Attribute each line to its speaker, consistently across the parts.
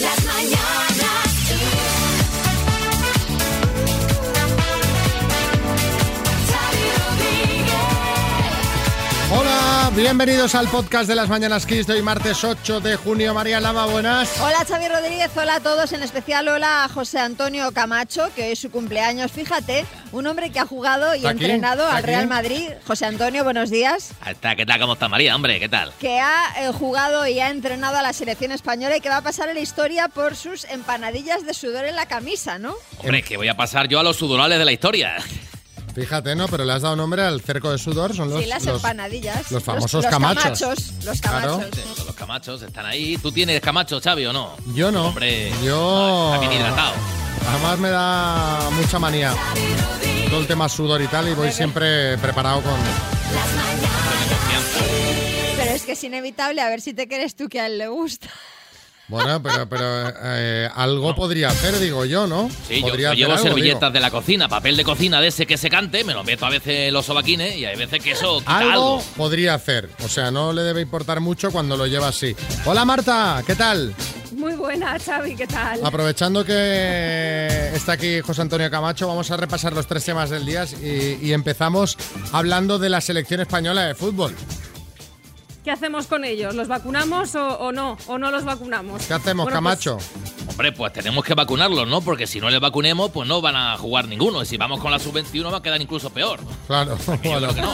Speaker 1: Las mañanas
Speaker 2: Hola, bienvenidos al podcast de las Mañanas Kiss de hoy martes 8 de junio. María Lama, buenas.
Speaker 3: Hola Xavi Rodríguez, hola a todos, en especial hola a José Antonio Camacho, que hoy es su cumpleaños. Fíjate, un hombre que ha jugado y
Speaker 2: ¿Está aquí?
Speaker 3: entrenado
Speaker 2: ¿Está
Speaker 3: al Real
Speaker 2: aquí?
Speaker 3: Madrid. José Antonio, buenos días.
Speaker 4: Ahí está, ¿Qué tal? ¿Cómo está María? Hombre, ¿qué tal?
Speaker 3: Que ha eh, jugado y ha entrenado a la selección española y que va a pasar a la historia por sus empanadillas de sudor en la camisa, ¿no?
Speaker 4: Hombre, es que voy a pasar yo a los sudorales de la historia.
Speaker 2: Fíjate, ¿no? Pero le has dado nombre al cerco de sudor, son los,
Speaker 3: sí, las
Speaker 2: los-
Speaker 3: empanadillas.
Speaker 2: los famosos camachos.
Speaker 3: Los
Speaker 2: Claro.
Speaker 3: camachos.
Speaker 4: Los camachos están ahí. ¿Tú tienes camacho, Xavi, o no?
Speaker 2: Yo no.
Speaker 4: Hombre,
Speaker 2: Yo.
Speaker 4: está bien hidratado.
Speaker 2: Además me da mucha manía todo el tema sudor y tal y voy siempre preparado con.
Speaker 3: Pero es que es inevitable, a ver si te crees tú que a él le gusta.
Speaker 2: Bueno, pero, pero eh, algo podría hacer, digo yo, ¿no?
Speaker 4: Sí, yo,
Speaker 2: podría
Speaker 4: yo
Speaker 2: hacer
Speaker 4: llevo
Speaker 2: algo,
Speaker 4: servilletas
Speaker 2: digo.
Speaker 4: de la cocina, papel de cocina de ese que se cante, me lo meto a veces en los sobaquines y hay veces que eso quita algo.
Speaker 2: Algo podría hacer, o sea, no le debe importar mucho cuando lo lleva así. Hola Marta, ¿qué tal?
Speaker 5: Muy buena, Xavi, ¿qué tal?
Speaker 2: Aprovechando que está aquí José Antonio Camacho, vamos a repasar los tres temas del día y, y empezamos hablando de la selección española de fútbol.
Speaker 5: ¿Qué hacemos con ellos? ¿Los vacunamos o, o no? ¿O no los vacunamos?
Speaker 2: ¿Qué hacemos,
Speaker 5: Bueno, pues,
Speaker 2: Camacho?
Speaker 4: Hombre, pues tenemos que vacunarlos, ¿no? Porque si no les vacunemos, pues no van a jugar ninguno. Y si vamos con la sub-21 va a quedar incluso peor.
Speaker 2: Claro,
Speaker 4: Yo
Speaker 2: bueno.
Speaker 4: creo que no.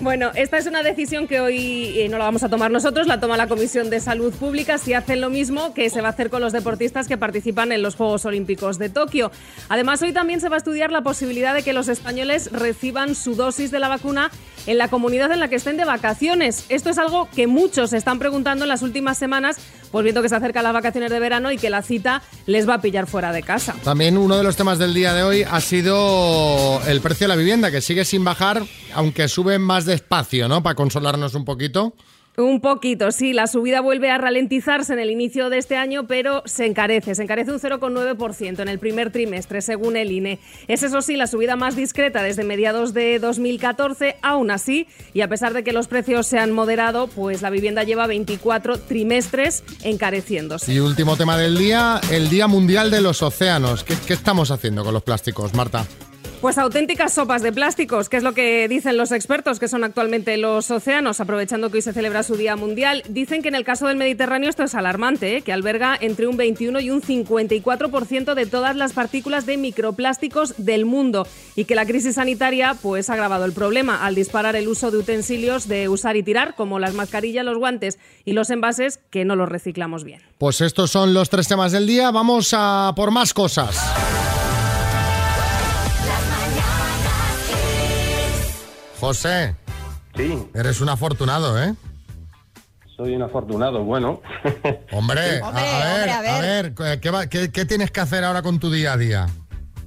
Speaker 5: bueno, esta es una decisión que hoy eh, no la vamos a tomar nosotros, la toma la Comisión de Salud Pública, si hacen lo mismo que se va a hacer con los deportistas que participan en los Juegos Olímpicos de Tokio. Además, hoy también se va a estudiar la posibilidad de que los españoles reciban su dosis de la vacuna en la comunidad en la que estén de vacaciones. Esto es algo que muchos se están preguntando en las últimas semanas, pues viendo que se acercan las vacaciones de verano y que la cita les va a pillar fuera de casa.
Speaker 2: También uno de los temas del día de hoy ha sido el precio de la vivienda, que sigue sin bajar, aunque sube más despacio, ¿no? Para consolarnos un poquito.
Speaker 5: Un poquito, sí. La subida vuelve a ralentizarse en el inicio de este año, pero se encarece. Se encarece un 0,9% en el primer trimestre, según el INE. Es eso sí, la subida más discreta desde mediados de 2014. Aún así, y a pesar de que los precios se han moderado, pues la vivienda lleva 24 trimestres encareciéndose.
Speaker 2: Y último tema del día, el Día Mundial de los Océanos. ¿Qué, qué estamos haciendo con los plásticos, Marta?
Speaker 5: Pues auténticas sopas de plásticos, que es lo que dicen los expertos que son actualmente los océanos, aprovechando que hoy se celebra su Día Mundial. Dicen que en el caso del Mediterráneo esto es alarmante, ¿eh? que alberga entre un 21 y un 54% de todas las partículas de microplásticos del mundo y que la crisis sanitaria pues ha agravado el problema al disparar el uso de utensilios de usar y tirar, como las mascarillas, los guantes y los envases que no los reciclamos bien.
Speaker 2: Pues estos son los tres temas del día, vamos a por más cosas. José,
Speaker 6: Sí,
Speaker 2: eres un afortunado, ¿eh?
Speaker 6: soy un afortunado. Bueno,
Speaker 3: Hombre,
Speaker 2: Hombre, a- a, ver,
Speaker 3: hombre, a ver.
Speaker 2: a ver, ¿qué, va- qué- qué tienes que hacer ahora con tu día a día?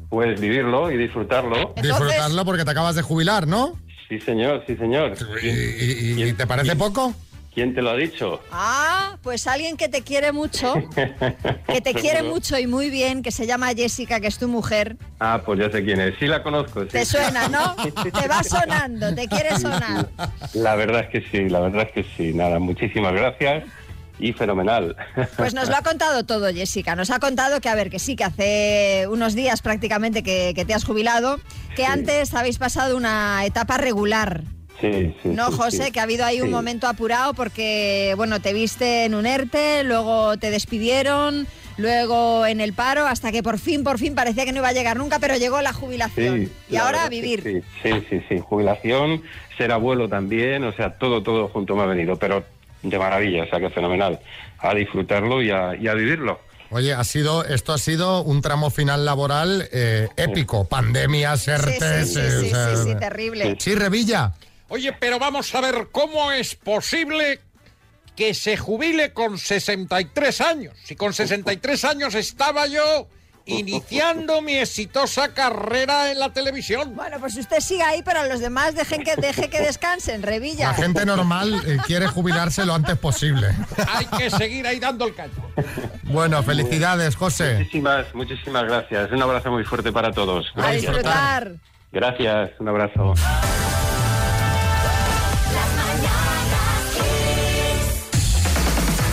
Speaker 6: pues vivirlo y disfrutarlo.
Speaker 3: Entonces-
Speaker 2: Disfrutarlo porque te acabas de jubilar, ¿no?
Speaker 6: Sí, señor, sí, señor.
Speaker 2: ¿Y, y- y- y te parece poco?
Speaker 6: ¿Quién te lo ha dicho?
Speaker 3: Ah, pues alguien que te quiere mucho, que te quiere mucho y muy bien, que se llama Jessica, que es tu mujer.
Speaker 6: Ah, pues ya sé quién es. Sí, la conozco. sí.
Speaker 3: Te suena, ¿no? Te va sonando, te quiere sonar.
Speaker 6: La verdad es que sí, la verdad es que sí. Nada, muchísimas gracias y fenomenal.
Speaker 3: Pues nos lo ha contado todo, Jessica. Nos ha contado que, a ver, que sí, que hace unos días prácticamente que, que te has jubilado, que
Speaker 6: Sí.
Speaker 3: antes habéis pasado una etapa regular.
Speaker 6: Sí, sí.
Speaker 3: No,
Speaker 6: sí,
Speaker 3: José,
Speaker 6: sí.
Speaker 3: que ha habido ahí un
Speaker 6: Sí.
Speaker 3: momento apurado porque, bueno, te viste en un ERTE, luego te despidieron, luego en el paro, hasta que por fin, por fin parecía que no iba a llegar nunca, pero llegó la jubilación.
Speaker 6: Sí,
Speaker 3: y
Speaker 6: la
Speaker 3: ahora
Speaker 6: verdad
Speaker 3: a
Speaker 6: es que
Speaker 3: vivir.
Speaker 6: Sí, sí, sí, sí. Jubilación, ser abuelo también, o sea, todo, todo junto me ha venido, pero de maravilla, o sea, que fenomenal. A disfrutarlo y a, y a vivirlo.
Speaker 2: Oye, ha sido, esto ha sido un tramo final laboral eh, épico. Pandemias,
Speaker 3: Sí, sí,
Speaker 2: ERTES...
Speaker 3: sí,
Speaker 2: eh,
Speaker 3: sí,
Speaker 2: o sea,
Speaker 3: sí, sí, terrible.
Speaker 2: sí, Revilla.
Speaker 7: Oye, pero vamos a ver cómo es posible que se jubile con 63 años. Si con 63 años estaba yo iniciando mi exitosa carrera en la televisión.
Speaker 3: Bueno, pues usted siga ahí, pero a los demás dejen que, deje que descansen, Revilla.
Speaker 2: La gente normal eh, quiere jubilarse lo antes posible.
Speaker 7: Hay que seguir ahí dando el caño.
Speaker 2: Bueno, felicidades, José.
Speaker 6: Muchísimas, muchísimas gracias. Un abrazo muy fuerte para todos.
Speaker 3: A
Speaker 6: Gracias.
Speaker 3: disfrutar.
Speaker 6: Gracias, un abrazo.
Speaker 2: No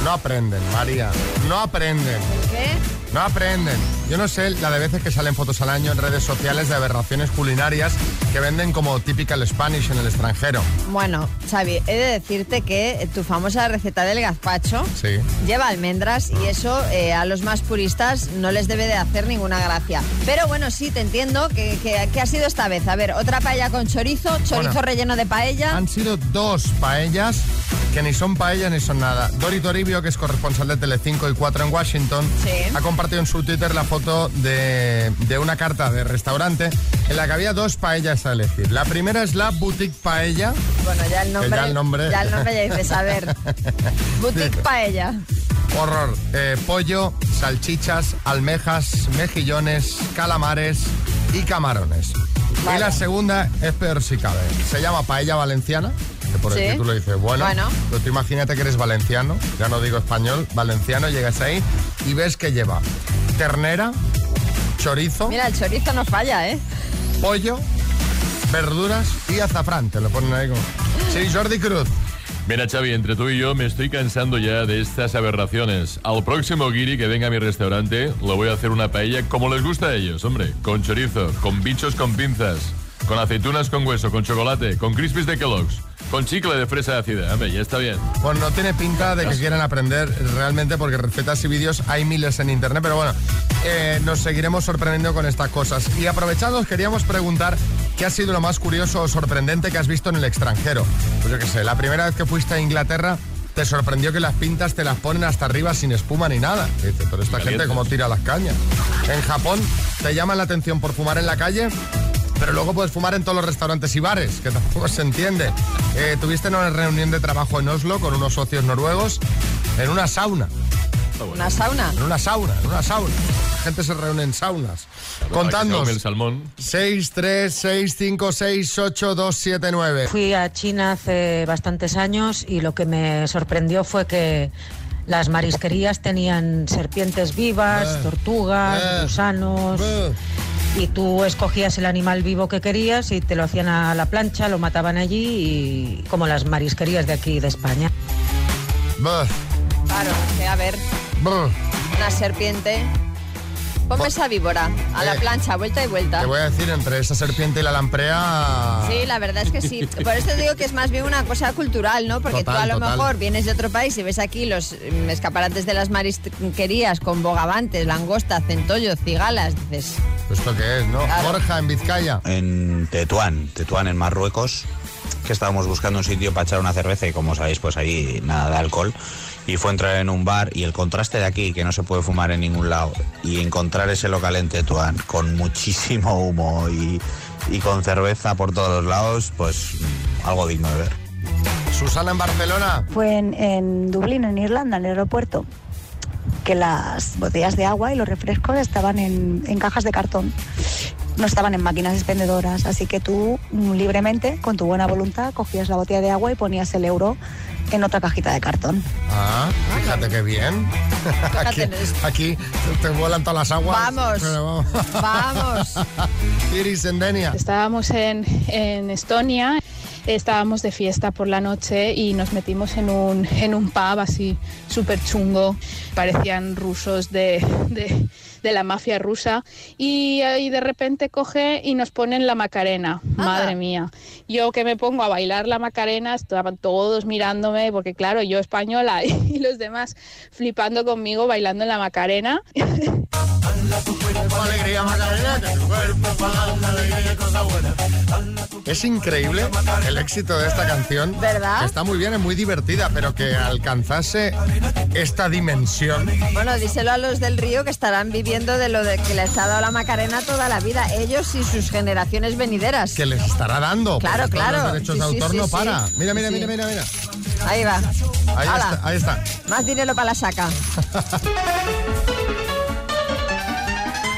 Speaker 2: No aprenden, María. No aprenden.
Speaker 3: ¿Qué?
Speaker 2: No aprenden. Yo no sé la de veces que salen fotos al año en redes sociales de aberraciones culinarias que venden como typical Spanish en el extranjero.
Speaker 3: Bueno, Xavi, he de decirte que tu famosa receta del gazpacho
Speaker 2: Sí.
Speaker 3: lleva almendras y eso eh, a los más puristas no les debe de hacer ninguna gracia. Pero bueno, sí, te entiendo que, que- que ha sido esta vez. A ver, otra paella con chorizo, chorizo
Speaker 2: Bueno.
Speaker 3: relleno de paella.
Speaker 2: Han sido dos paellas que ni son paellas ni son nada. Dori Toribio, que es corresponsal de Telecinco y 4 en Washington,
Speaker 3: Sí.
Speaker 2: ha compartido en su Twitter la foto de, de una carta de restaurante en la que había dos paellas a elegir. La primera es la Boutique Paella.
Speaker 3: Bueno, ya el
Speaker 2: Que
Speaker 3: nombre.
Speaker 2: ya el nombre-
Speaker 3: Ya el nombre ya dices, a ver. Boutique paella.
Speaker 2: Horror. Eh, pollo, salchichas, almejas, mejillones, calamares y camarones.
Speaker 3: Vale.
Speaker 2: Y la segunda es peor si cabe. Se llama paella valenciana. Que por
Speaker 3: Sí.
Speaker 2: el título dices, bueno,
Speaker 3: Bueno.
Speaker 2: pero tú imagínate que eres valenciano, ya no digo español, valenciano, llegas ahí y ves que lleva ternera, chorizo,
Speaker 3: Mira, el chorizo no falla, ¿eh?
Speaker 2: pollo, verduras y azafrán. Te lo ponen ahí como... Sí, Jordi Cruz.
Speaker 8: Mira, Xavi, entre tú y yo me estoy cansando ya de estas aberraciones. Al próximo guiri que venga a mi restaurante, le voy a hacer una paella como les gusta a ellos, hombre. Con chorizo, con bichos con pinzas, con aceitunas con hueso, con chocolate, con crispies de Kellogg's, con chicle de fresa ácida. Hombre, ya está bien.
Speaker 2: Pues no tiene pinta de que quieran aprender realmente porque recetas y vídeos hay miles en internet, pero bueno, eh, nos seguiremos sorprendiendo con estas cosas. Y aprovechando, os queríamos preguntar qué ha sido lo más curioso o sorprendente que has visto en el extranjero. Pues yo qué sé, la primera vez que fuiste a Inglaterra te sorprendió que las pintas te las ponen hasta arriba sin espuma ni nada. Y dices, pero esta gente
Speaker 8: Calientes.
Speaker 2: cómo tira las cañas. En Japón te llaman la atención por fumar en la calle, pero luego puedes fumar en todos los restaurantes y bares, que tampoco se entiende. Eh, tuviste una reunión de trabajo en Oslo con unos socios noruegos en una sauna,
Speaker 3: Una sauna.
Speaker 2: en una sauna, en una sauna. La gente se reúne en saunas.
Speaker 8: Contando.
Speaker 2: Contadnos.
Speaker 8: El salmón.
Speaker 2: 6, 3, 6, 5, 6, 8, 2, 7, 9.
Speaker 9: Fui a China hace bastantes años y lo que me sorprendió fue que las marisquerías tenían serpientes vivas,
Speaker 2: Bah.
Speaker 9: tortugas,
Speaker 2: Bah.
Speaker 9: gusanos.
Speaker 2: Bah.
Speaker 9: Y tú escogías el animal vivo que querías y te lo hacían a la plancha, lo mataban allí y como las marisquerías de aquí de España.
Speaker 2: Buh,
Speaker 3: Claro, que a ver,
Speaker 2: buh.
Speaker 3: una serpiente. Ponme esa víbora a la
Speaker 2: Eh,
Speaker 3: plancha, vuelta y vuelta.
Speaker 2: Te voy a decir, entre esa serpiente y la lamprea...
Speaker 3: Sí, la verdad es que sí. Por eso digo que es más bien una cosa cultural, ¿no? Porque tú
Speaker 2: Total,
Speaker 3: a lo
Speaker 2: total.
Speaker 3: mejor vienes de otro país y ves aquí los mm, escaparates de las marisquerías con bogavantes, langosta, centollo, cigalas. Dices,
Speaker 2: ¿Esto qué es, no?
Speaker 3: Claro.
Speaker 2: Borja, en Vizcaya.
Speaker 10: en Tetuán, Tetuán en Marruecos, que estábamos buscando un sitio para echar una cerveza y como sabéis pues ahí nada de alcohol y fue entrar en un bar y el contraste de aquí que no se puede fumar en ningún lado y encontrar ese local en Tetuán con muchísimo humo y, y con cerveza por todos lados pues algo digno de ver.
Speaker 2: Susana en Barcelona.
Speaker 11: Fue en, en Dublín, en Irlanda, en el aeropuerto, que las botellas de agua y los refrescos estaban en, en cajas de cartón. No estaban en máquinas expendedoras, así que tú mm, libremente, con tu buena voluntad, cogías la botella de agua y ponías el euro en otra cajita de cartón.
Speaker 2: Ah, fíjate qué bien. Aquí,
Speaker 3: Fíjate en esto.
Speaker 2: aquí te vuelan todas las aguas.
Speaker 3: Vamos.
Speaker 2: Pero
Speaker 3: vamos.
Speaker 2: vamos. Iris en Denia.
Speaker 11: Estábamos en, en Estonia, estábamos de fiesta por la noche y nos metimos en un, en un pub así súper chungo. Parecían rusos de, de- de la mafia rusa. Y, ahí de repente coge y nos ponen la Macarena. Madre mía. Yo que me pongo a bailar la Macarena, estaban todos mirándome, porque claro, yo española y los demás flipando conmigo bailando la Macarena.
Speaker 2: Alegría, Macarena, que tu cuerpo para la alegría y cosa buena. Es increíble el éxito de esta canción.
Speaker 3: ¿Verdad?
Speaker 2: Que Está muy bien, es muy divertida, pero que alcanzase esta dimensión.
Speaker 3: Bueno, díselo a los del río que estarán viviendo de lo de que les ha dado la Macarena toda la vida, ellos y sus generaciones venideras.
Speaker 2: que les estará dando.
Speaker 3: Claro,
Speaker 2: porque todos
Speaker 3: claro.
Speaker 2: Los derechos
Speaker 3: Sí,
Speaker 2: de
Speaker 3: sí,
Speaker 2: autor
Speaker 3: sí,
Speaker 2: no
Speaker 3: sí.
Speaker 2: para. Mira, mira,
Speaker 3: Sí.
Speaker 2: mira, mira, mira.
Speaker 3: Ahí va.
Speaker 2: Ahí
Speaker 3: Hala.
Speaker 2: está, ahí está.
Speaker 3: Más dinero para la saca.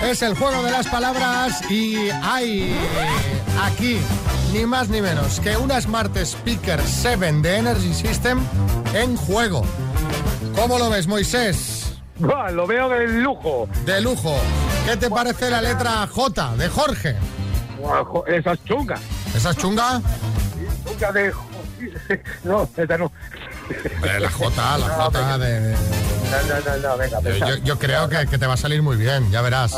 Speaker 2: Es el juego de las palabras y hay eh, aquí ni más ni menos que una Smart Speaker 7 de Energy System en juego. ¿Cómo lo ves, Moisés?
Speaker 7: Buah, lo veo de lujo.
Speaker 2: De lujo. ¿Qué te parece la letra J de Jorge?
Speaker 7: Buah, jo- Esas chungas.
Speaker 2: ¿Esa es chunga?
Speaker 7: Chunga de. No, esa no.
Speaker 2: Hombre, La J, la J de... de-
Speaker 12: No, no, no, no, venga, Ah, a
Speaker 2: Yo,
Speaker 12: pensar.
Speaker 2: yo- yo creo que, que te va a salir muy bien, ya verás.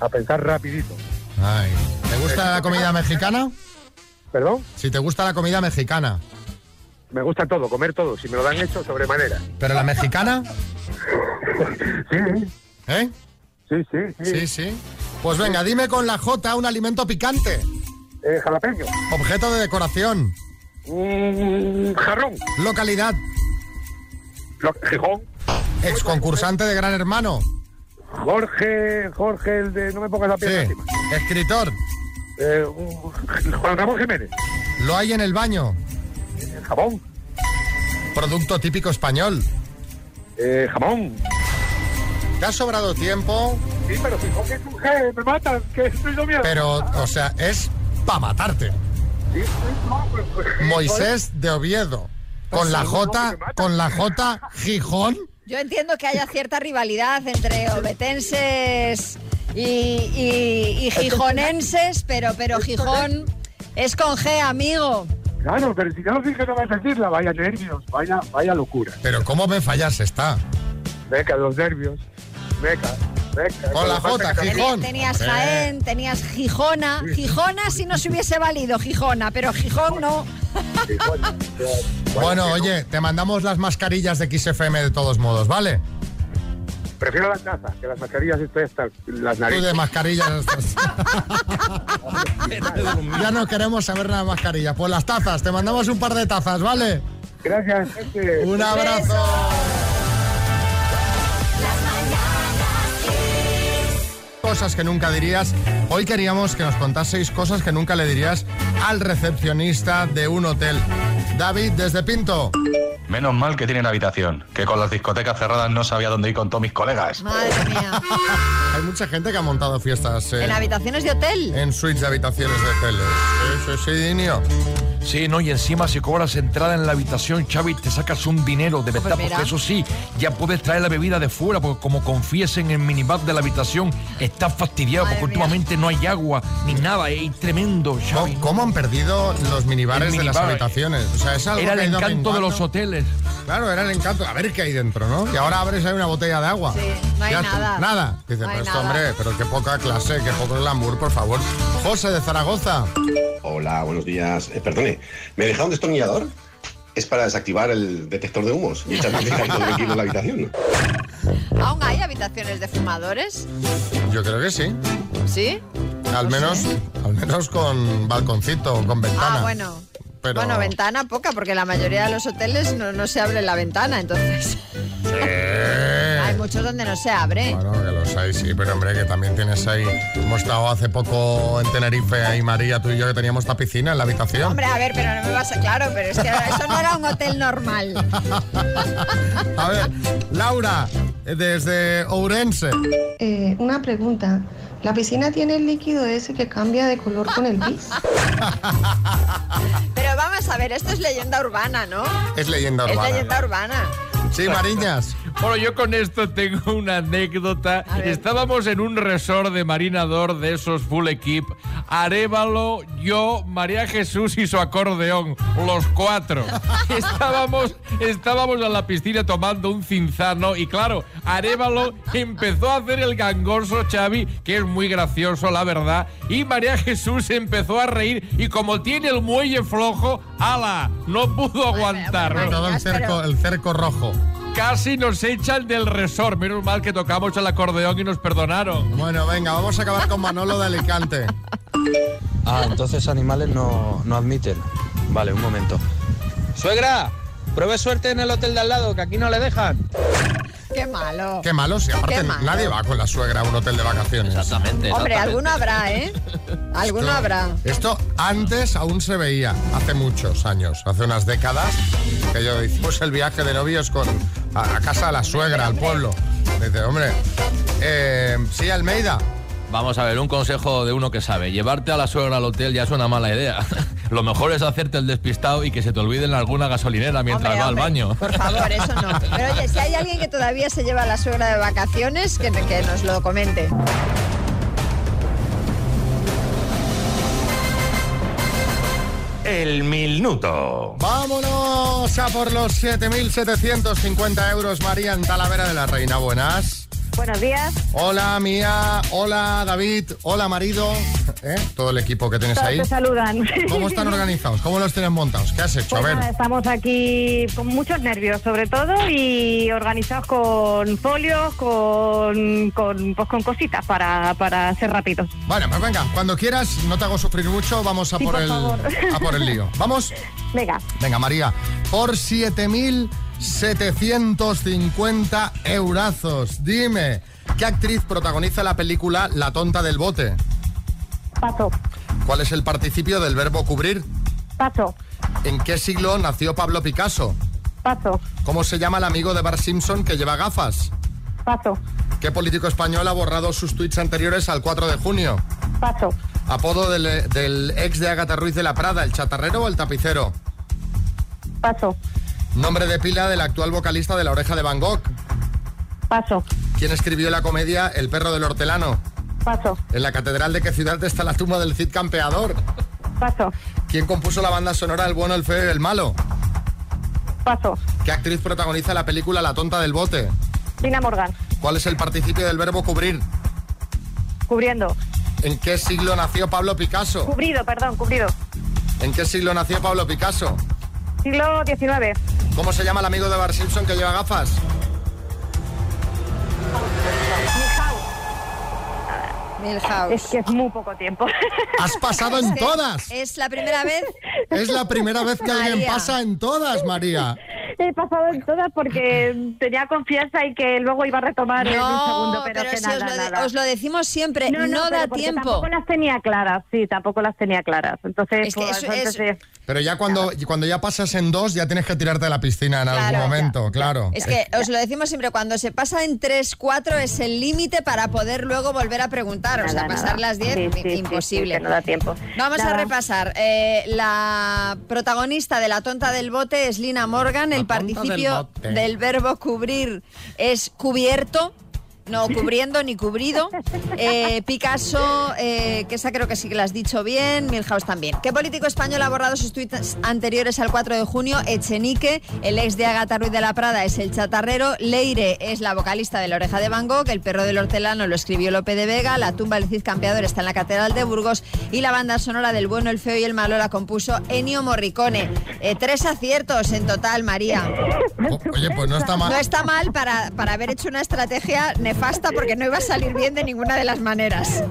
Speaker 12: A pensar rapidito.
Speaker 2: Ay. ¿Te gusta la comida mexicana?
Speaker 12: ¿Perdón?
Speaker 2: Si te gusta la comida mexicana.
Speaker 12: Me gusta todo, comer todo. Si me lo dan hecho, sobremanera.
Speaker 2: ¿Pero la mexicana?
Speaker 12: Sí.
Speaker 2: ¿Eh?
Speaker 12: Sí, sí,
Speaker 2: sí. Pues venga, dime con la J un alimento picante.
Speaker 12: Eh, jalapeño.
Speaker 2: Objeto de decoración.
Speaker 12: Un Mm, jarrón.
Speaker 2: Localidad.
Speaker 12: Gijón.
Speaker 2: Ex concursante de Gran Hermano.
Speaker 12: Jorge, Jorge, el de No me pongas la pierna
Speaker 2: Sí.
Speaker 12: encima.
Speaker 2: Escritor.
Speaker 12: Eh, un- Juan Ramón Jiménez.
Speaker 2: Lo hay en el baño.
Speaker 12: Jabón.
Speaker 2: Producto típico español.
Speaker 12: Eh, jamón.
Speaker 2: Te ha sobrado tiempo.
Speaker 12: Sí, pero fijo que es un G, me matan, que estoy lo mío.
Speaker 2: Pero, o sea, es para matarte.
Speaker 12: Sí, sí, no, pues, pues,
Speaker 2: Moisés de Oviedo. Con la J, con la J, Gijón.
Speaker 3: Yo entiendo que haya cierta rivalidad entre obetenses y, y- y gijonenses, pero, pero Gijón es con G, amigo.
Speaker 12: Claro, pero si ya lo dije, no vas a decirla. Vaya nervios, vaya, vaya locura.
Speaker 2: Pero cómo me fallas está.
Speaker 12: Venga, los nervios. Venga, venga.
Speaker 2: Con la J, Gijón.
Speaker 3: Tenías
Speaker 2: Eh.
Speaker 3: Jaén, tenías Gijona. Gijona si no se hubiese valido, Gijona, pero Gijón no.
Speaker 2: Bueno, oye, te mandamos las mascarillas de XFM de todos modos, ¿vale?
Speaker 12: Prefiero las tazas, que las mascarillas estoy hasta las
Speaker 2: Tú de
Speaker 12: narices.
Speaker 2: mascarillas estás. ya no queremos saber nada de mascarillas. Pues las tazas, te mandamos un par de tazas, ¿vale?
Speaker 12: Gracias, este-
Speaker 2: Un abrazo. Cosas que nunca dirías. Hoy queríamos que nos contaseis cosas que nunca le dirías al recepcionista de un hotel. David, desde Pinto.
Speaker 13: Menos mal que tienen habitación, que con las discotecas cerradas no sabía dónde ir con todos mis colegas.
Speaker 3: Madre mía.
Speaker 2: Hay mucha gente que ha montado fiestas eh,
Speaker 3: En habitaciones de hotel.
Speaker 2: en suites de habitaciones de hoteles. Sí, sí, sí, Dinio.
Speaker 14: Sí, no, y encima si cobras entrada en la habitación, Xavi, te sacas un dinero de verdad,
Speaker 3: mira.
Speaker 14: porque eso sí, ya puedes traer la bebida de fuera, pues. porque como confíes en el minibar de la habitación, estás fastidiado,
Speaker 2: Madre
Speaker 14: porque
Speaker 2: mía.
Speaker 14: últimamente no hay agua ni nada, es tremendo, Xavi.
Speaker 2: ¿Cómo, han perdido los minibares
Speaker 14: El
Speaker 2: de las
Speaker 14: minibar, eh.
Speaker 2: habitaciones? O sea, es algo
Speaker 14: Era
Speaker 2: que ha
Speaker 14: el
Speaker 2: ido
Speaker 14: encanto de
Speaker 2: menguando.
Speaker 14: los hoteles.
Speaker 2: Claro, era el encanto. A ver qué hay dentro, ¿no? Y ahora abres ahí una botella de agua.
Speaker 3: Sí, no hay
Speaker 2: Ya-
Speaker 3: nada.
Speaker 2: Nada. Dice,
Speaker 3: No hay
Speaker 2: pero esto,
Speaker 3: nada.
Speaker 2: hombre, pero qué poca clase, qué poco glamour, por favor. José de Zaragoza.
Speaker 15: Hola, buenos días. Eh, perdone, ¿me deja un destornillador? Es para desactivar el detector de humos y echarme un todo tranquilo en la habitación.
Speaker 3: ¿Aún hay habitaciones de fumadores?
Speaker 2: Yo creo que sí.
Speaker 3: ¿Sí?
Speaker 2: Al menos, al menos con balconcito, con ventana.
Speaker 3: Ah, bueno.
Speaker 2: Pero
Speaker 3: Bueno, ventana poca, porque la mayoría de los hoteles no, no se abre la ventana, entonces. Hay muchos donde no se abre.
Speaker 2: Bueno, que los hay, sí, pero hombre, que también tienes ahí. Hemos estado hace poco en Tenerife, ahí María, tú y yo, que teníamos esta piscina en la habitación.
Speaker 3: Hombre, a ver, pero no me vas a... Claro, pero es que eso no era un hotel normal.
Speaker 2: A ver, Laura, eh, desde Ourense.
Speaker 16: Eh, una pregunta. ¿La piscina tiene el líquido ese que cambia de color con el pis?
Speaker 3: Pero vamos a ver, esto es leyenda urbana, ¿no?
Speaker 2: Es leyenda
Speaker 3: Es
Speaker 2: urbana.
Speaker 3: leyenda urbana.
Speaker 2: Sí, Mariñas.
Speaker 17: Bueno, yo con esto tengo una anécdota. Estábamos en un resort de marinador de esos full equip. Arevalo, yo, María Jesús y su acordeón, los cuatro. Estábamos, estábamos en la piscina tomando un cinzano y claro, Arevalo empezó a hacer el gangoso Xavi, que es muy gracioso, la verdad, y María Jesús empezó a reír y como tiene el muelle flojo, ala, no pudo aguantar.
Speaker 2: Todo el cerco, el cerco rojo.
Speaker 17: Casi nos echan del resort. Menos mal que tocamos el acordeón y nos perdonaron.
Speaker 2: Bueno, venga, vamos a acabar con Manolo de Alicante.
Speaker 18: Ah, entonces animales no, no admiten. Vale, un momento. Suegra, pruebe suerte en el hotel de al lado, que aquí no le dejan.
Speaker 3: Qué malo.
Speaker 2: Qué malo, si aparte
Speaker 3: Qué malo.
Speaker 2: nadie va con la suegra a un hotel de vacaciones. Exactamente.
Speaker 3: Hombre, alguno habrá, ¿eh? Alguno habrá.
Speaker 2: Esto antes aún se veía, hace muchos años, hace unas décadas, que yo hicimos el viaje de novios con, a, a casa de la suegra, al pueblo. Dice, hombre, eh, sí, Almeida.
Speaker 4: Vamos a ver, un consejo de uno que sabe. Llevarte a la suegra al hotel ya es una mala idea. Lo mejor es hacerte el despistado y que se te olvide en alguna gasolinera mientras
Speaker 3: Hombre,
Speaker 4: va
Speaker 3: hombre,
Speaker 4: al baño.
Speaker 3: Por favor, eso no. Pero oye, si hay alguien que todavía se lleva a la suegra de vacaciones, que, que nos lo comente.
Speaker 13: el minuto.
Speaker 2: Vámonos a por los 7.750 euros, María, en Talavera de la Reina. Buenas.
Speaker 19: Buenos días.
Speaker 2: Hola, Mía. Hola, David. Hola, marido. ¿Eh? Todo el equipo que tienes
Speaker 19: Todos
Speaker 2: ahí.
Speaker 19: te saludan.
Speaker 2: ¿Cómo están organizados? ¿Cómo los tienen montados? ¿Qué has hecho? A
Speaker 19: Pues
Speaker 2: ver.
Speaker 19: nada, estamos aquí con muchos nervios, sobre todo, y organizados con folios, con, con, pues, con cositas para, para ser rápidos.
Speaker 2: Bueno, pues venga, cuando quieras, no te hago sufrir mucho, vamos a,
Speaker 19: Sí,
Speaker 2: por,
Speaker 19: por
Speaker 2: el,
Speaker 19: favor.
Speaker 2: a por el lío. Vamos.
Speaker 19: Venga.
Speaker 2: Venga, María, por 7.750 eurazos. Dime, ¿qué actriz protagoniza la película La tonta del bote?
Speaker 19: Paso,
Speaker 2: ¿Cuál es el participio del verbo cubrir?
Speaker 19: paso,
Speaker 2: ¿En qué siglo nació Pablo Picasso?
Speaker 19: paso,
Speaker 2: ¿Cómo se llama el amigo de Bar Simpson que lleva gafas?
Speaker 19: paso,
Speaker 2: ¿Qué político español ha borrado sus tweets anteriores al 4 de junio?
Speaker 19: paso,
Speaker 2: Apodo del, del ex de Ágata Ruiz de la Prada, el chatarrero o el tapicero.
Speaker 19: paso,
Speaker 2: Nombre de pila del actual vocalista de La Oreja de Van Gogh.
Speaker 19: Paso.
Speaker 2: ¿Quién escribió la comedia El perro del hortelano?
Speaker 19: Paso.
Speaker 2: ¿En la catedral de qué ciudad está la tumba del Cid Campeador?
Speaker 19: Paso.
Speaker 2: ¿Quién compuso la banda sonora El bueno, el feo y el malo?
Speaker 19: Paso.
Speaker 2: ¿Qué actriz protagoniza la película La tonta del bote?
Speaker 19: Dina Morgan,
Speaker 2: ¿Cuál es el participio del verbo cubrir?
Speaker 19: cubriendo.
Speaker 2: ¿En qué siglo nació Pablo Picasso?
Speaker 19: Cubrido, perdón, cubrido.
Speaker 2: ¿En qué siglo nació Pablo Picasso?
Speaker 19: Siglo XIX.
Speaker 2: ¿Cómo se llama el amigo de Bar Simpson que lleva gafas?
Speaker 3: Milhouse.
Speaker 19: Es que es muy poco tiempo.
Speaker 2: ¡Has pasado en todas!
Speaker 3: Es la primera vez.
Speaker 2: Es la primera vez que alguien
Speaker 3: María.
Speaker 2: pasa en todas, María.
Speaker 19: He pasado en todas porque tenía confianza y que luego iba a retomar en un segundo,
Speaker 3: No,
Speaker 19: pero,
Speaker 3: pero
Speaker 19: que
Speaker 3: si os
Speaker 19: nada,
Speaker 3: lo, de-
Speaker 19: nada.
Speaker 3: os lo decimos siempre, Eh, no,
Speaker 19: No, no, pero
Speaker 3: da
Speaker 19: porque
Speaker 3: tiempo.
Speaker 19: Tampoco las tenía claras, sí, tampoco las tenía claras. Entonces,
Speaker 3: Es que
Speaker 19: pues,
Speaker 3: eso-
Speaker 19: entonces,
Speaker 3: eso-
Speaker 2: Pero ya cuando, y cuando ya pasas en dos, ya tienes que tirarte a la piscina en algún
Speaker 3: Claro,
Speaker 2: momento, claro.
Speaker 3: Es que os lo decimos siempre, cuando se pasa en 3, 4 es el límite para poder luego volver a preguntar. O sea, pasar las 10,
Speaker 19: Sí, sí, sí,
Speaker 3: imposible.
Speaker 19: sí, que no da tiempo.
Speaker 3: Vamos a
Speaker 19: Nada.
Speaker 3: repasar. Eh, la protagonista de La tonta del bote es Lina Morgan. El
Speaker 1: del
Speaker 3: participio
Speaker 1: bote.
Speaker 3: del, verbo cubrir es cubierto. No cubriendo ni cubrido. Eh, Picasso, eh, que esa creo que sí que la has dicho bien. Milhouse también. ¿Qué político español ha borrado sus tweets anteriores al 4 de junio? Echenique, el ex de Agatha Ruiz de la Prada es el chatarrero. Leire es la vocalista de La Oreja de Van Gogh. El perro del hortelano lo escribió Lope de Vega. La tumba del Cid Campeador está en la Catedral de Burgos. Y la banda sonora del bueno, el feo y el malo la compuso Ennio Morricone. Eh, tres aciertos en total, María.
Speaker 2: Oye, pues no está mal.
Speaker 3: No está mal para, para haber hecho una estrategia nefasta porque no iba a salir bien de ninguna de las maneras.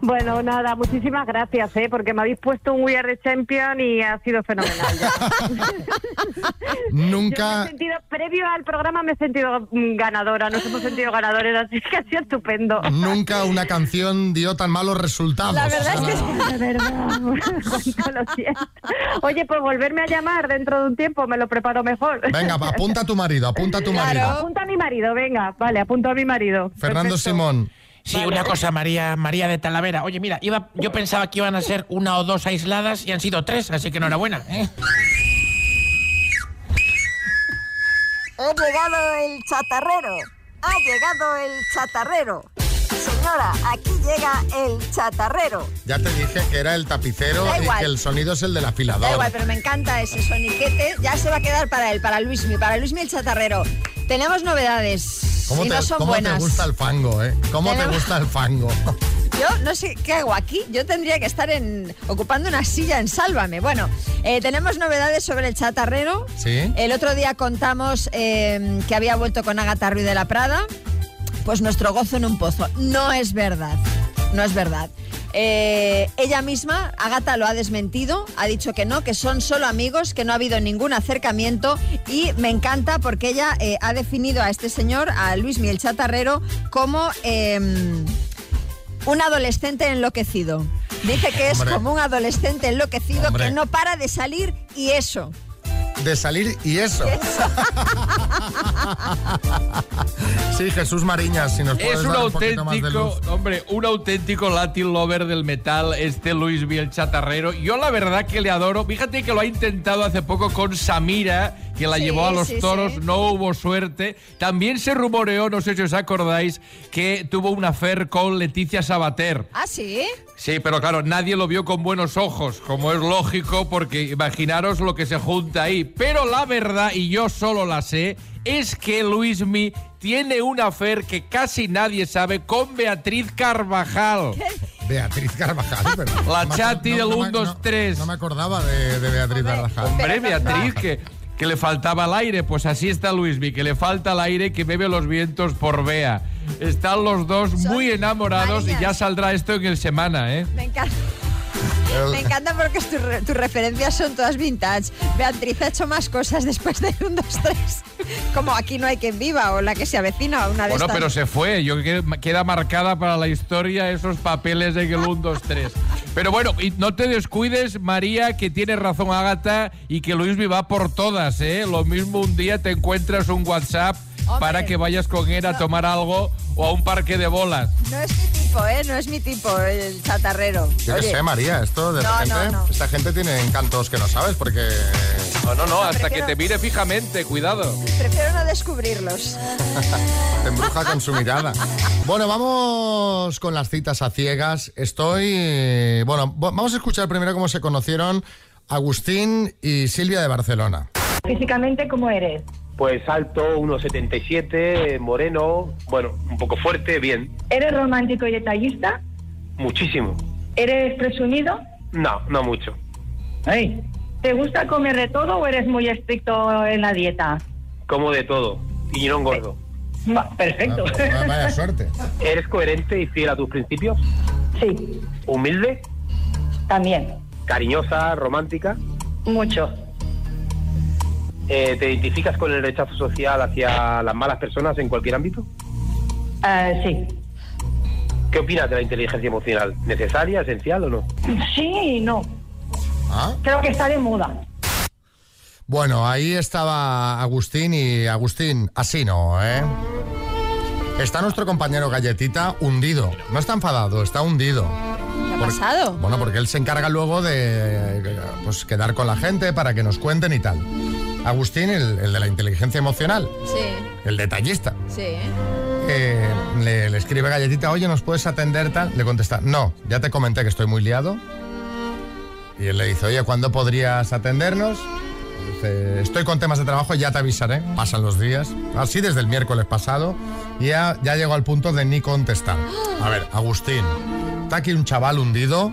Speaker 19: Bueno, nada, muchísimas gracias, ¿eh? porque me habéis puesto un We Are the Champion y ha sido fenomenal. ya. Yo me he
Speaker 2: Nunca.
Speaker 19: sentido, previo al programa me he sentido mm, ganadora, nos hemos sentido ganadores, así que ha sido estupendo.
Speaker 2: Nunca una canción dio tan malos resultados.
Speaker 19: La verdad
Speaker 2: O sea,
Speaker 19: es que es verdad. Cuánto lo siento. Oye, pues volverme a llamar dentro de un tiempo, me lo preparo mejor.
Speaker 2: Venga, va, apunta a tu marido, apunta a tu marido.
Speaker 19: Apunta a mi marido, venga, vale, apunto a mi marido.
Speaker 2: Fernando
Speaker 19: Perfecto.
Speaker 2: Simón.
Speaker 20: Sí, una cosa, María, María de Talavera. Oye, mira, iba, yo pensaba que iban a ser una o dos aisladas y han sido tres, así que enhorabuena. ¿eh?
Speaker 3: Ha llegado el chatarrero. Ha llegado el chatarrero. Señora, aquí llega el chatarrero.
Speaker 2: Ya te dije que era el tapicero
Speaker 3: Da
Speaker 2: y
Speaker 3: igual.
Speaker 2: que el sonido es el del
Speaker 3: Da
Speaker 2: afilador.
Speaker 3: igual, pero me encanta ese soniquete. Ya se va a quedar para él, para Luismi, para Luismi el chatarrero. Tenemos novedades
Speaker 2: ¿Cómo,
Speaker 3: y
Speaker 2: te,
Speaker 3: no son
Speaker 2: cómo te
Speaker 3: buenas.
Speaker 2: gusta el fango, eh? ¿Cómo te
Speaker 3: Tenemos-
Speaker 2: gusta el fango?
Speaker 3: Yo no sé qué hago aquí. Yo tendría que estar en, ocupando una silla en Sálvame. Bueno, eh, tenemos novedades sobre el chatarrero.
Speaker 2: ¿Sí?
Speaker 3: El otro día contamos eh, que había vuelto con Agatha Ruiz de la Prada. Pues nuestro gozo en un pozo. No es verdad. No es verdad. Eh, ella misma, Agata, lo ha desmentido, ha dicho que no, que son solo amigos, que no ha habido ningún acercamiento y me encanta porque ella eh, ha definido a este señor, a Luis Miel Chatarrero, como eh, un adolescente enloquecido. Dice que es
Speaker 2: Hombre.
Speaker 3: como un adolescente enloquecido
Speaker 2: Hombre.
Speaker 3: que no para de salir y eso.
Speaker 2: De salir y eso. Sí, Jesús Mariñas, si nos puedes
Speaker 17: Es un
Speaker 2: dar un poquito más de luz.
Speaker 17: auténtico, hombre, un auténtico Latin lover del metal, este Luis Biel Chatarrero. Yo la verdad que le adoro. Fíjate que lo ha intentado hace poco con Samira, que la
Speaker 14: Sí,
Speaker 17: llevó a los
Speaker 14: sí,
Speaker 17: toros,
Speaker 14: sí.
Speaker 17: no hubo suerte. También se rumoreó, no sé si os acordáis, que tuvo un affair con Leticia Sabater.
Speaker 3: ¿Ah, sí?
Speaker 17: Sí, pero claro, nadie lo vio con buenos ojos, como es lógico, porque imaginaros lo que se junta ahí. Pero la verdad, y yo solo la sé, es que Luismi tiene una afer que casi nadie sabe con Beatriz Carvajal.
Speaker 2: Beatriz Carvajal, perdón.
Speaker 17: La
Speaker 2: No me-
Speaker 17: chati
Speaker 2: no-
Speaker 17: del
Speaker 2: no me-
Speaker 17: 1, 2, 3.
Speaker 2: No me acordaba de, de Beatriz Carvajal.
Speaker 17: Hombre, Beatriz, que, que le faltaba el aire. Pues así está Luismi, que le falta el aire, que bebe los vientos por Bea. Están los dos muy enamorados y ya saldrá esto en el semana, ¿eh?
Speaker 3: Me encanta. Me encanta porque tus re- tus referencias son todas vintage. Beatriz ha hecho más cosas después de 1, 2, 3. Como aquí no hay quien viva o la que se avecina o una de
Speaker 17: Bueno,
Speaker 3: estas.
Speaker 17: pero se fue. Yo que- queda marcada para la historia esos papeles de que el 1, 2, 3. Pero bueno, y no te descuides, María, que tiene razón Ágata y que Luis va por todas, ¿eh? Lo mismo un día te encuentras un WhatsApp para que vayas con él a tomar algo o a un parque de bolas.
Speaker 3: No es mi tipo, ¿eh? No es mi tipo, el chatarrero.
Speaker 2: Yo qué
Speaker 3: Oye.
Speaker 2: sé, María, esto de
Speaker 3: No, no,
Speaker 2: repente, esta gente tiene encantos que no sabes porque...
Speaker 17: No, no, no, hasta que
Speaker 3: prefiero-
Speaker 17: te mire fijamente, cuidado.
Speaker 3: Prefiero no descubrirlos.
Speaker 2: Te embruja con su mirada. Bueno, vamos con las citas a ciegas. Estoy... eh, Bueno, va- vamos a escuchar primero cómo se conocieron Agustín y Silvia de Barcelona.
Speaker 21: Físicamente, ¿cómo eres?
Speaker 22: Pues alto, 1,77, moreno, bueno, un poco fuerte, bien,
Speaker 21: ¿Eres romántico y detallista?
Speaker 22: muchísimo.
Speaker 21: ¿Eres presumido?
Speaker 22: No, no mucho.
Speaker 21: ¿Te gusta comer de todo o eres muy estricto en la dieta?
Speaker 22: Como de todo. Y no engordo.
Speaker 21: perfecto.
Speaker 2: Ah, Vaya suerte.
Speaker 22: ¿Eres coherente y fiel a tus principios?
Speaker 21: Sí.
Speaker 22: ¿Humilde?
Speaker 21: También.
Speaker 22: ¿Cariñosa, romántica?
Speaker 21: Mucho.
Speaker 22: Eh, ¿Te identificas con el rechazo social hacia las malas personas en cualquier ámbito?
Speaker 21: Eh, sí.
Speaker 22: ¿Qué opinas de la inteligencia emocional? ¿Necesaria, esencial o no?
Speaker 21: Sí y no.
Speaker 2: Ah.
Speaker 21: Creo que está de moda.
Speaker 2: Bueno, ahí estaba Agustín y Agustín, así no, ¿eh? Está nuestro compañero Galletita hundido. No está enfadado, está hundido.
Speaker 3: ¿Qué ha
Speaker 2: Por-
Speaker 3: pasado?
Speaker 2: Bueno, porque él se encarga luego de eh, pues, quedar con la gente para que nos cuenten y tal. Agustín, el, el de la inteligencia emocional,
Speaker 3: Sí,
Speaker 2: el detallista,
Speaker 3: sí.
Speaker 2: eh, le, le escribe Galletita, oye, ¿nos puedes atender tal? Le contesta, no, ya te comenté que estoy muy liado. Y él le dice, oye, ¿cuándo podrías atendernos? Dice, estoy con temas de trabajo, ya te avisaré. Pasan los días. Así desde el miércoles pasado. Y ya, ya llegó al punto de ni contestar. A ver, Agustín, está aquí un chaval hundido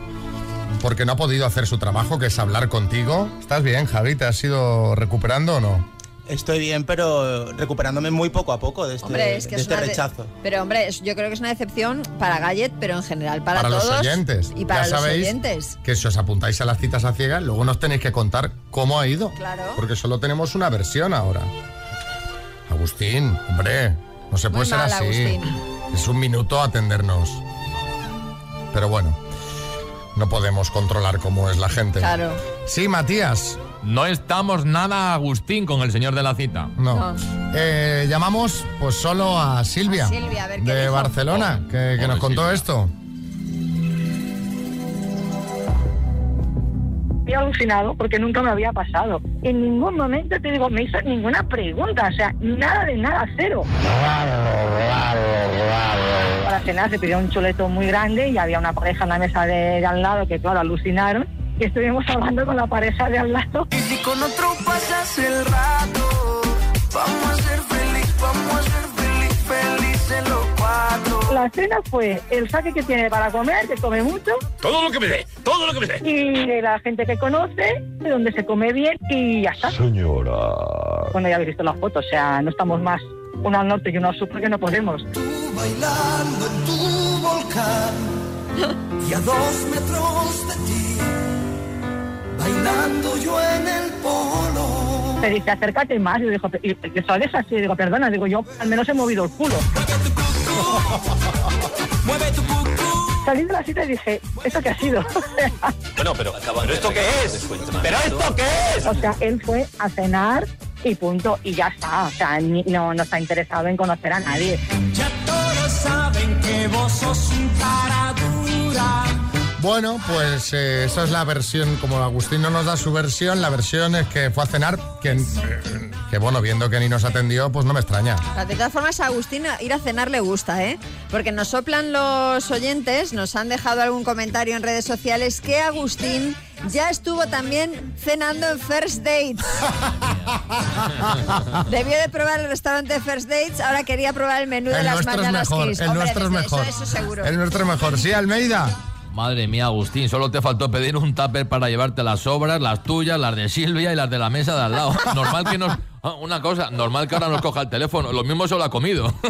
Speaker 2: porque no ha podido hacer su trabajo, que es hablar contigo. ¿Estás bien, Javi? ¿Te has ido recuperando o no?
Speaker 23: Estoy bien, pero recuperándome muy poco a poco de este,
Speaker 3: Hombre, es que
Speaker 23: de
Speaker 3: es
Speaker 23: este
Speaker 3: una de-
Speaker 23: rechazo.
Speaker 3: Pero hombre, es- yo creo que es una decepción para Gallet, pero en general para,
Speaker 2: para
Speaker 3: todos.
Speaker 2: los oyentes.
Speaker 3: Y para
Speaker 2: ya
Speaker 3: los
Speaker 2: sabéis
Speaker 3: oyentes.
Speaker 2: que si os apuntáis a las citas a ciegas, luego nos tenéis que contar cómo ha ido.
Speaker 3: Claro.
Speaker 2: Porque solo tenemos una versión ahora. Agustín, hombre, no se
Speaker 3: Muy
Speaker 2: puede ser
Speaker 3: mal,
Speaker 2: así.
Speaker 3: Agustín.
Speaker 2: Es un minuto atendernos. Pero bueno, no podemos controlar cómo es la gente.
Speaker 3: Claro.
Speaker 2: Sí, Matías.
Speaker 4: No estamos nada, Agustín, con el señor de la cita.
Speaker 2: No. Eh, llamamos pues solo a Silvia,
Speaker 4: A Silvia, a ver qué
Speaker 2: de
Speaker 4: dijo.
Speaker 2: Barcelona, que- que,
Speaker 4: Pobre
Speaker 2: nos contó esto.
Speaker 21: Estoy alucinado porque nunca me había pasado. En ningún momento, te digo, me hizo ninguna pregunta. O sea, nada de nada, cero. Para cenar se pidió un chuleto muy grande y había una pareja en la mesa de, de al lado que, claro, alucinaron. Y estuvimos hablando con la pareja de al lado.
Speaker 1: Y si con otro pasas el rato, vamos a ser feliz, vamos a ser feliz, felices los cuatro.
Speaker 21: La cena fue el saque que tiene para comer, que come mucho.
Speaker 1: Todo lo que me dé, todo lo que me dé.
Speaker 21: Y de la gente que conoce, de donde se come bien y ya está. Señora. Bueno, ya habéis visto las fotos, o sea, no estamos más uno al norte y uno al sur porque no podemos.
Speaker 1: Bailando en tu volcán y a dos metros de ti, bailando yo en el polo.
Speaker 21: Me dice, acércate más. Y digo, "Pe- y- y sales así. Digo, perdona, digo, yo al menos he movido el culo. Salí de la cita y dije, ¿esto qué ha sido?
Speaker 24: Bueno, pero, ¿pero esto qué es? ¿Pero esto qué es?
Speaker 21: o sea, él fue a cenar y punto, y ya está. O sea, ni- no, no está interesado en conocer a nadie.
Speaker 1: Ya todos saben que vos sos un paradura.
Speaker 2: Bueno, pues eh, esa es la versión, como Agustín no nos da su versión, la versión es que fue a cenar, que, eh, que bueno, viendo que ni nos atendió, pues no me extraña.
Speaker 3: De todas formas, a Agustín ir a cenar le gusta, ¿eh? Porque nos soplan los oyentes, nos han dejado algún comentario en redes sociales que Agustín ya estuvo también cenando en First Dates. Debió de probar el restaurante First Dates, ahora quería probar el menú de
Speaker 2: El
Speaker 3: las
Speaker 2: nuestro es
Speaker 3: mañanas
Speaker 2: mejor,
Speaker 3: Kiss.
Speaker 2: el
Speaker 3: Hombre,
Speaker 2: nuestro es
Speaker 3: desde
Speaker 2: mejor.
Speaker 3: Eso, eso seguro.
Speaker 2: El nuestro es mejor. Sí, Almeida.
Speaker 4: Madre mía, Agustín, solo te faltó pedir un tupper para llevarte las sobras, las tuyas, las de Silvia y las de la mesa de al lado. Normal que nos... Ah, Una cosa, normal que ahora nos coja el teléfono. Lo mismo se lo ha comido.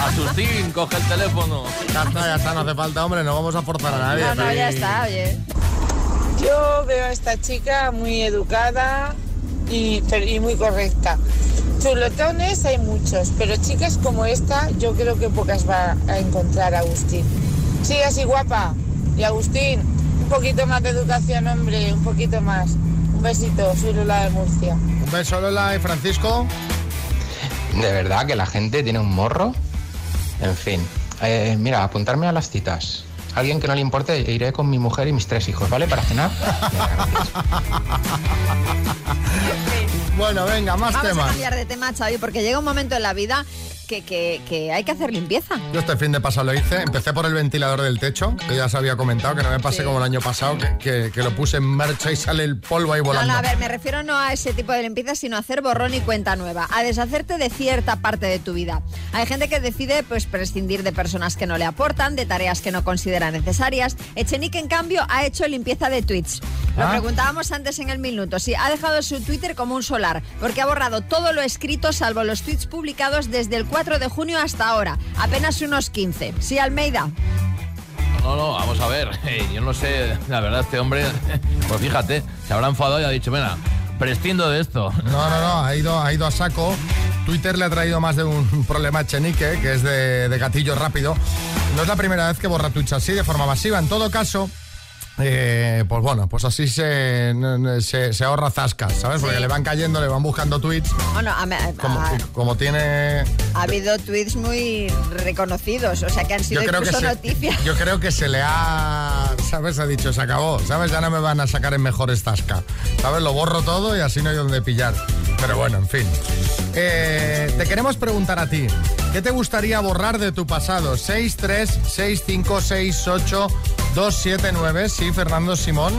Speaker 4: Agustín, coge el teléfono.
Speaker 2: Ya está, ya está, no hace falta, hombre, no vamos a forzar a nadie.
Speaker 4: No, no, ya está,
Speaker 3: oye.
Speaker 5: Yo veo a esta chica muy educada y, pero- y muy correcta. Chulotones hay muchos, pero chicas como esta yo creo que pocas va a encontrar Agustín. Sí, así guapa. Y Agustín, un poquito más de educación, hombre, un poquito más. Un besito, soy Lola de Murcia.
Speaker 2: Un beso, Lola y Francisco.
Speaker 6: De verdad que la gente tiene un morro. En fin. Eh, mira, apuntarme a las citas. Alguien que no le importe, iré con mi mujer y mis tres hijos, ¿vale? Para cenar.
Speaker 2: Bueno, venga, más
Speaker 3: Vamos a
Speaker 2: temas.
Speaker 3: cambiar de tema, Xavi, porque llega un momento en la vida que, que- que hay que hacer limpieza.
Speaker 2: Yo este fin de pasado lo hice, empecé por el ventilador del techo, que ya os había comentado, que no me pase como el año pasado, que, que- que lo puse en marcha y sale el polvo ahí
Speaker 3: No,
Speaker 2: volando.
Speaker 3: no, a ver, me refiero no a ese tipo de limpieza, sino a hacer borrón y cuenta nueva, a deshacerte de cierta parte de tu vida. Hay gente que decide pues prescindir de personas que no le aportan, de tareas que no considera necesarias. Echenique, en cambio, ha hecho limpieza de tweets. Lo
Speaker 8: Ah.
Speaker 3: preguntábamos antes en el minuto. Sí, ha dejado su Twitter como un solar, porque ha borrado todo lo escrito salvo los tweets publicados desde el 4 de junio hasta ahora. Apenas unos 15. Sí, Almeida.
Speaker 4: No, no, vamos a ver. Eh, Yo no sé, la verdad, este hombre, pues fíjate, se habrá enfadado y ha dicho, venga, prescindo de esto.
Speaker 2: No, no, no, ha ido, ha ido a saco. Twitter le ha traído más de un problema a Chenique, que es de, de gatillo rápido. No es la primera vez que borra Twitch así de forma masiva. En todo caso, eh, pues bueno, pues así se, no, no, se, se ahorra zascas, ¿sabes? Porque le van cayendo, le van buscando tweets.
Speaker 3: Bueno, a- a-
Speaker 2: Como,
Speaker 3: a-
Speaker 2: como tiene...
Speaker 3: Ha habido tweets muy reconocidos, o sea que han sido incluso
Speaker 2: se,
Speaker 3: noticias.
Speaker 2: yo creo que se le ha, ¿sabes? Ha dicho, se acabó, ¿sabes? Ya no me van a sacar en mejores tasca, ¿sabes? Lo borro todo y así no hay donde pillar. Pero bueno, en fin. Eh, te queremos preguntar a ti, ¿qué te gustaría borrar de tu pasado? 636568279, sí, Fernando Simón.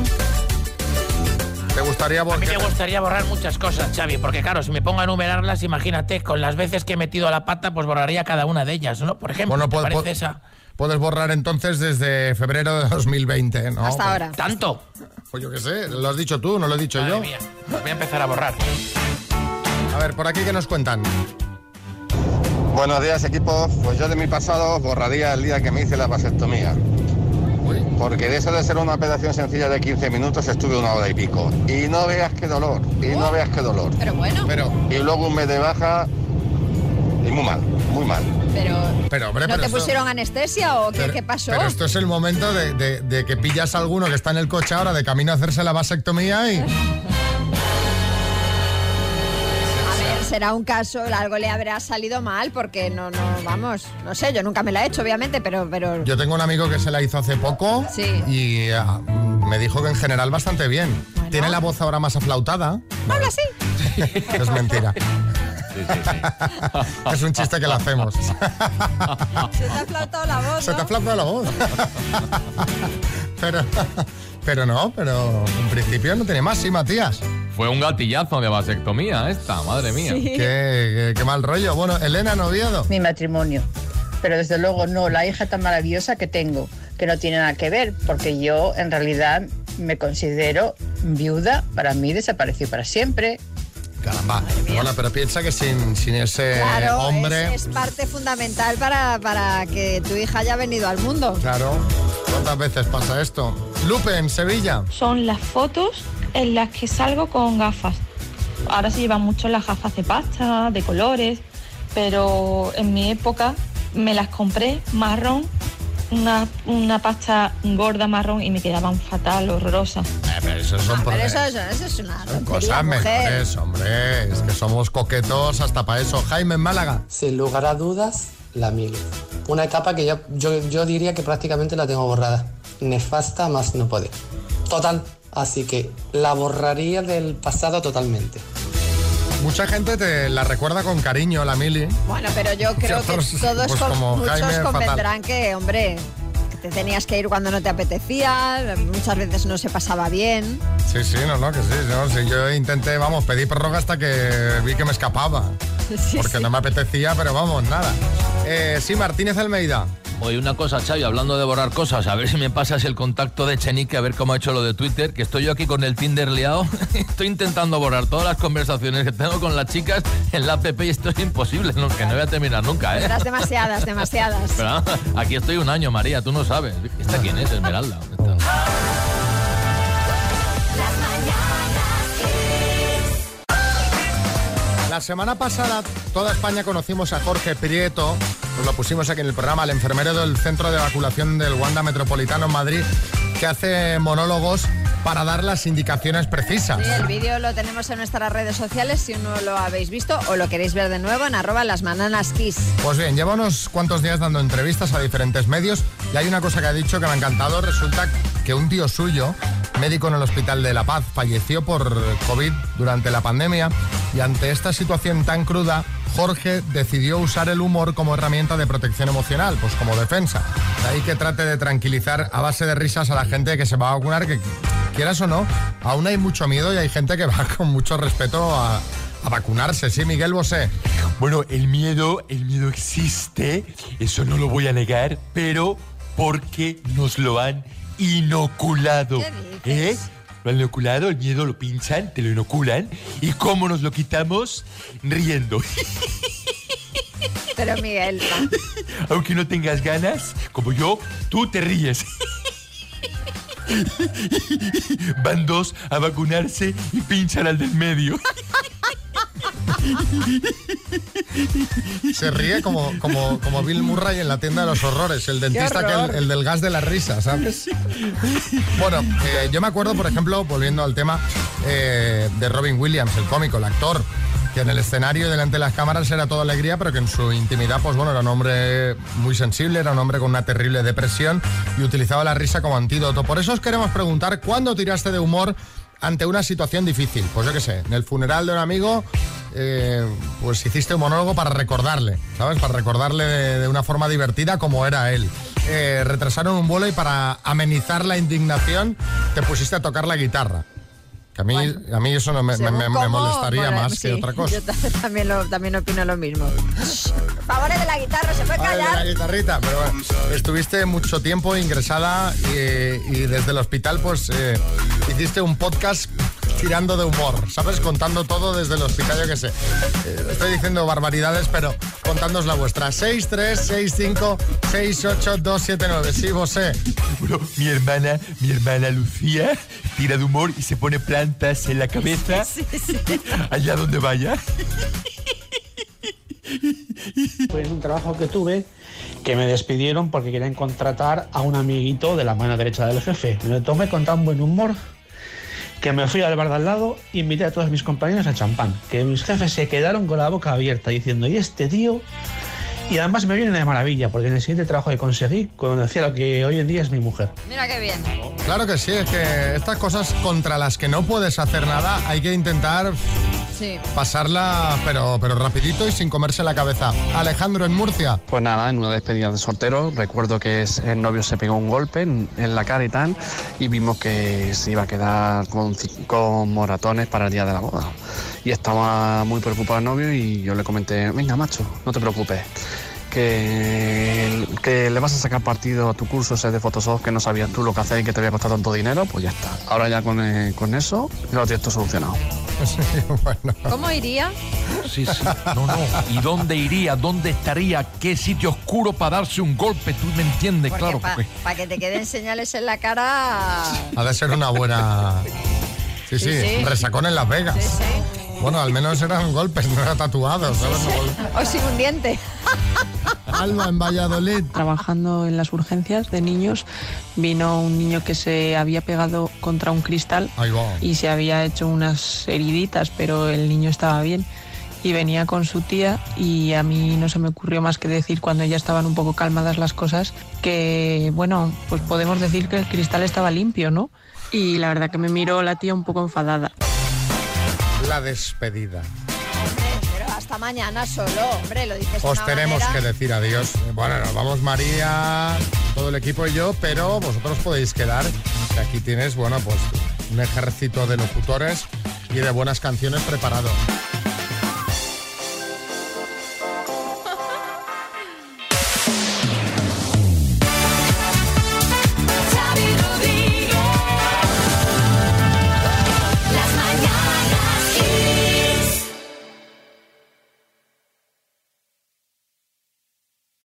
Speaker 2: ¿Te gustaría
Speaker 20: A mí
Speaker 2: borrar?
Speaker 20: me gustaría borrar muchas cosas, Xavi, porque claro, si me pongo a enumerarlas, imagínate, con las veces que he metido la pata, pues borraría cada una de ellas, ¿no? Por ejemplo,
Speaker 2: Bueno,
Speaker 20: ¿te
Speaker 4: pues,
Speaker 2: puedo-
Speaker 20: parece
Speaker 2: puedo-
Speaker 20: esa?
Speaker 2: Puedes borrar entonces desde febrero de 2020, ¿no?
Speaker 20: Hasta ahora.
Speaker 2: ¿Tanto? Pues yo qué sé, lo has dicho tú, no lo he dicho yo.
Speaker 20: Voy a empezar a borrar.
Speaker 2: A ver, por aquí que nos cuentan.
Speaker 9: Buenos días equipo, pues yo de mi pasado borraría el día que me hice la vasectomía. Porque de eso de ser una operación sencilla de 15 minutos estuve una hora y pico. Y no veas qué dolor, y no veas qué dolor.
Speaker 3: Pero bueno.
Speaker 2: Oh. Pero,
Speaker 9: y luego un mes de baja y muy mal, muy mal.
Speaker 3: Pero,
Speaker 2: Pero, hombre,
Speaker 3: ¿no
Speaker 2: Eh, pero
Speaker 3: te
Speaker 2: esto-
Speaker 3: pusieron anestesia o qué,
Speaker 2: Pero-
Speaker 3: qué pasó?
Speaker 2: Pero esto es el momento de, de- de que pillas a alguno que está en el coche ahora de camino a hacerse la vasectomía y...
Speaker 3: a ver, será un caso, algo le habrá salido mal porque no, no, vamos, no sé, yo nunca me la he hecho, obviamente, pero, pero
Speaker 2: Yo tengo un amigo que se la hizo hace poco
Speaker 3: Sí.
Speaker 2: y ah, me dijo que en general bastante bien. Tiene la voz ahora más aflautada.
Speaker 3: habla así.
Speaker 2: Eh, Es mentira. es un chiste que le hacemos.
Speaker 3: Se te ha flautado la voz.
Speaker 2: Se te ha flautado la voz. pero, pero no, pero en principio no tiene más, sí, Matías.
Speaker 4: Fue un gatillazo de vasectomía esta, madre mía.
Speaker 2: Qué, qué- qué mal rollo. Bueno, Elena Noviedo.
Speaker 5: Mi matrimonio. Pero desde luego no, la hija tan maravillosa que tengo, que no tiene nada que ver, porque yo en realidad me considero viuda, para mí desapareció para siempre.
Speaker 2: Caramba. Bueno, pero piensa que sin, sin ese
Speaker 3: Claro,
Speaker 2: hombre.
Speaker 3: es, es parte fundamental para, para que tu hija haya venido al mundo.
Speaker 2: Claro. ¿Cuántas veces pasa esto? Lupe, en Sevilla.
Speaker 25: son las fotos en las que salgo con gafas. Ahora se llevan mucho las gafas de pasta, de colores, pero en mi época me las compré marrón, una, una pasta gorda marrón y me quedaban fatal, horrorosas.
Speaker 2: Eh, pero eso son
Speaker 3: Ah, Pero
Speaker 2: porque-
Speaker 3: eso, eso, eso es una tontería,
Speaker 2: Cosas
Speaker 3: mujer.
Speaker 2: mejores, hombre. Es que somos coquetos hasta para eso. Jaime en Málaga.
Speaker 26: Sin lugar a dudas, la mil. Una etapa que yo, yo, yo diría que prácticamente la tengo borrada. nefasta más no poder. Total. Así que la borraría del pasado totalmente.
Speaker 2: Mucha gente te la recuerda con cariño, la Mili.
Speaker 3: Bueno, pero yo creo que
Speaker 2: otros,
Speaker 3: todos
Speaker 2: pues,
Speaker 3: con-
Speaker 2: como
Speaker 3: muchos
Speaker 2: Jaime, fatal.
Speaker 3: convendrán que, hombre, que te tenías que ir cuando no te apetecía, muchas veces no se pasaba bien.
Speaker 2: Sí, sí, no, no, que sí, no, sí, Yo intenté, vamos, pedí prórroga hasta que vi que me escapaba. porque no me apetecía, pero vamos, nada. Eh, sí, Martínez Almeida.
Speaker 4: Oye, una cosa, Xavi, hablando de borrar cosas, a ver si me pasas el contacto de Chenique, a ver cómo ha hecho lo de Twitter, que estoy yo aquí con el Tinder liado. Estoy intentando borrar todas las conversaciones que tengo con las chicas en la app y esto es imposible, no, que no voy a terminar nunca, ¿eh?
Speaker 3: Eras demasiadas, demasiadas.
Speaker 4: Pero, ah, aquí estoy un año, María, tú no sabes. ¿Esta quién es, Esmeralda?
Speaker 2: La semana pasada toda España conocimos a Jorge Prieto, pues lo pusimos aquí en el programa, el enfermero del centro de evacuación del Wanda Metropolitano en Madrid, que hace monólogos para dar las indicaciones precisas.
Speaker 3: Sí, el vídeo lo tenemos en nuestras redes sociales si no lo habéis visto o lo queréis ver de nuevo en arroba las bananas kiss.
Speaker 2: Pues bien, lleva unos cuantos días dando entrevistas a diferentes medios y hay una cosa que ha dicho que me ha encantado. Resulta que un tío suyo, médico en el Hospital de La Paz, falleció por COVID durante la pandemia y ante esta situación tan cruda, Jorge decidió usar el humor como herramienta de protección emocional, pues como defensa. De ahí que trate de tranquilizar a base de risas a la gente que se va a vacunar, que quieras o no, aún hay mucho miedo y hay gente que va con mucho respeto a, a vacunarse. Sí, Miguel Bosé.
Speaker 8: Bueno, el miedo, el miedo existe, eso no lo voy a negar, pero porque nos lo han inoculado. ¿Eh? Lo han inoculado, el miedo lo pinchan, te lo inoculan. ¿Y cómo nos lo quitamos? Riendo.
Speaker 3: Pero Miguel,
Speaker 8: Aunque no tengas ganas, como yo, tú te ríes. Van dos a vacunarse y pinchan al del medio.
Speaker 2: Se ríe como, como, como Bill Murray en la tienda de los horrores, el dentista que el,
Speaker 22: horror.
Speaker 2: el del gas de la risa, ¿sabes? Bueno, eh, yo me acuerdo, por ejemplo, volviendo al tema eh, de Robin Williams, el cómico, el actor, que en el escenario y delante de las cámaras era todo alegría, pero que en su intimidad, pues bueno, era un hombre muy sensible, era un hombre con una terrible depresión y utilizaba la risa como antídoto. Por eso os queremos preguntar, ¿cuándo tiraste de humor ante una situación difícil? Pues yo qué sé, en el funeral de un amigo, eh, pues hiciste un monólogo para recordarle, ¿sabes? Para recordarle de, de una forma divertida como era él. Eh, retrasaron un vuelo y para amenizar la indignación te pusiste a tocar la guitarra. Que a mí, a mí eso no me, me- me- me
Speaker 3: ¿cómo?
Speaker 2: molestaría
Speaker 3: Bueno,
Speaker 2: más
Speaker 3: sí,
Speaker 2: que otra cosa.
Speaker 3: Yo ta- también, lo, también opino lo mismo. Por favor, el de la guitarra, se puede
Speaker 2: Ahora el Ah, de
Speaker 3: callar.
Speaker 2: la guitarrita, pero bueno, estuviste mucho tiempo ingresada eh, y, desde el hospital pues eh, hiciste un podcast tirando de humor, ¿sabes? Contando todo desde el hospital, yo qué sé. Eh, estoy diciendo barbaridades, pero contándonos la vuestra. 6, 3, 6, 5, 6, 8, 2, 7, 9. Sí, vos sé.
Speaker 8: Bueno, mi hermana, mi hermana Lucía, tira de humor y se pone plantas en la cabeza allá donde vaya.
Speaker 15: Pues un trabajo que tuve que me despidieron porque querían contratar a un amiguito de la mano derecha del jefe. Me lo tomé con tan buen humor que me fui al bar de al lado y invité a todos mis compañeros a champán. Que mis jefes se quedaron con la boca abierta diciendo, ¿y este tío? Y además me viene de maravilla porque en el siguiente trabajo que conseguí conocí a lo que hoy en día es mi mujer.
Speaker 3: Mira qué bien.
Speaker 2: Claro que sí, es que estas cosas contra las que no puedes hacer nada hay que intentar
Speaker 3: Sí.
Speaker 2: pasarla, pero, pero rapidito y sin comerse la cabeza. Alejandro en Murcia.
Speaker 27: Pues nada, en una despedida de soltero, recuerdo que es- el novio se pegó un golpe en, en la cara y tal, y vimos que se iba a quedar con cinco moratones para el día de la boda. Y estaba muy preocupado el novio y yo le comenté, venga macho, no te preocupes, que, que le vas a sacar partido a tu curso ese de Photoshop que no sabías tú lo que haces y que te había costado tanto dinero, pues ya está. Ahora ya con, eh, con eso lo tienes todo solucionado.
Speaker 3: ¿Cómo iría?
Speaker 17: Sí, sí. No, no. ¿Y dónde iría? ¿Dónde estaría? ¿Qué sitio oscuro para darse un golpe? Tú me entiendes, claro.
Speaker 3: Para
Speaker 17: porque-
Speaker 3: que te queden señales en la cara.
Speaker 2: Ha de ser una buena. Sí, sí,
Speaker 3: Sí, sí.
Speaker 2: resacón en Las Vegas. Bueno, al menos eran golpes, no eran tatuados. ¿sabes?
Speaker 3: O sin un diente.
Speaker 2: Alma en Valladolid.
Speaker 12: Trabajando en las urgencias de niños, vino un niño que se había pegado contra un cristal
Speaker 2: Ahí va.
Speaker 12: y se había hecho unas heriditas, pero el niño estaba bien. y venía con su tía y a mí no se me ocurrió más que decir cuando ya estaban un poco calmadas las cosas que, bueno, pues podemos decir que el cristal estaba limpio, ¿no? Y la verdad que me miró la tía un poco enfadada.
Speaker 2: La despedida.
Speaker 3: Pero hasta mañana solo, hombre, lo dices. de
Speaker 2: Os
Speaker 3: una
Speaker 2: tenemos
Speaker 3: manera.
Speaker 2: que decir adiós. Bueno, nos vamos María, todo el equipo y yo, pero vosotros podéis quedar. que Aquí tienes, bueno, pues un ejército de locutores y de buenas canciones preparado.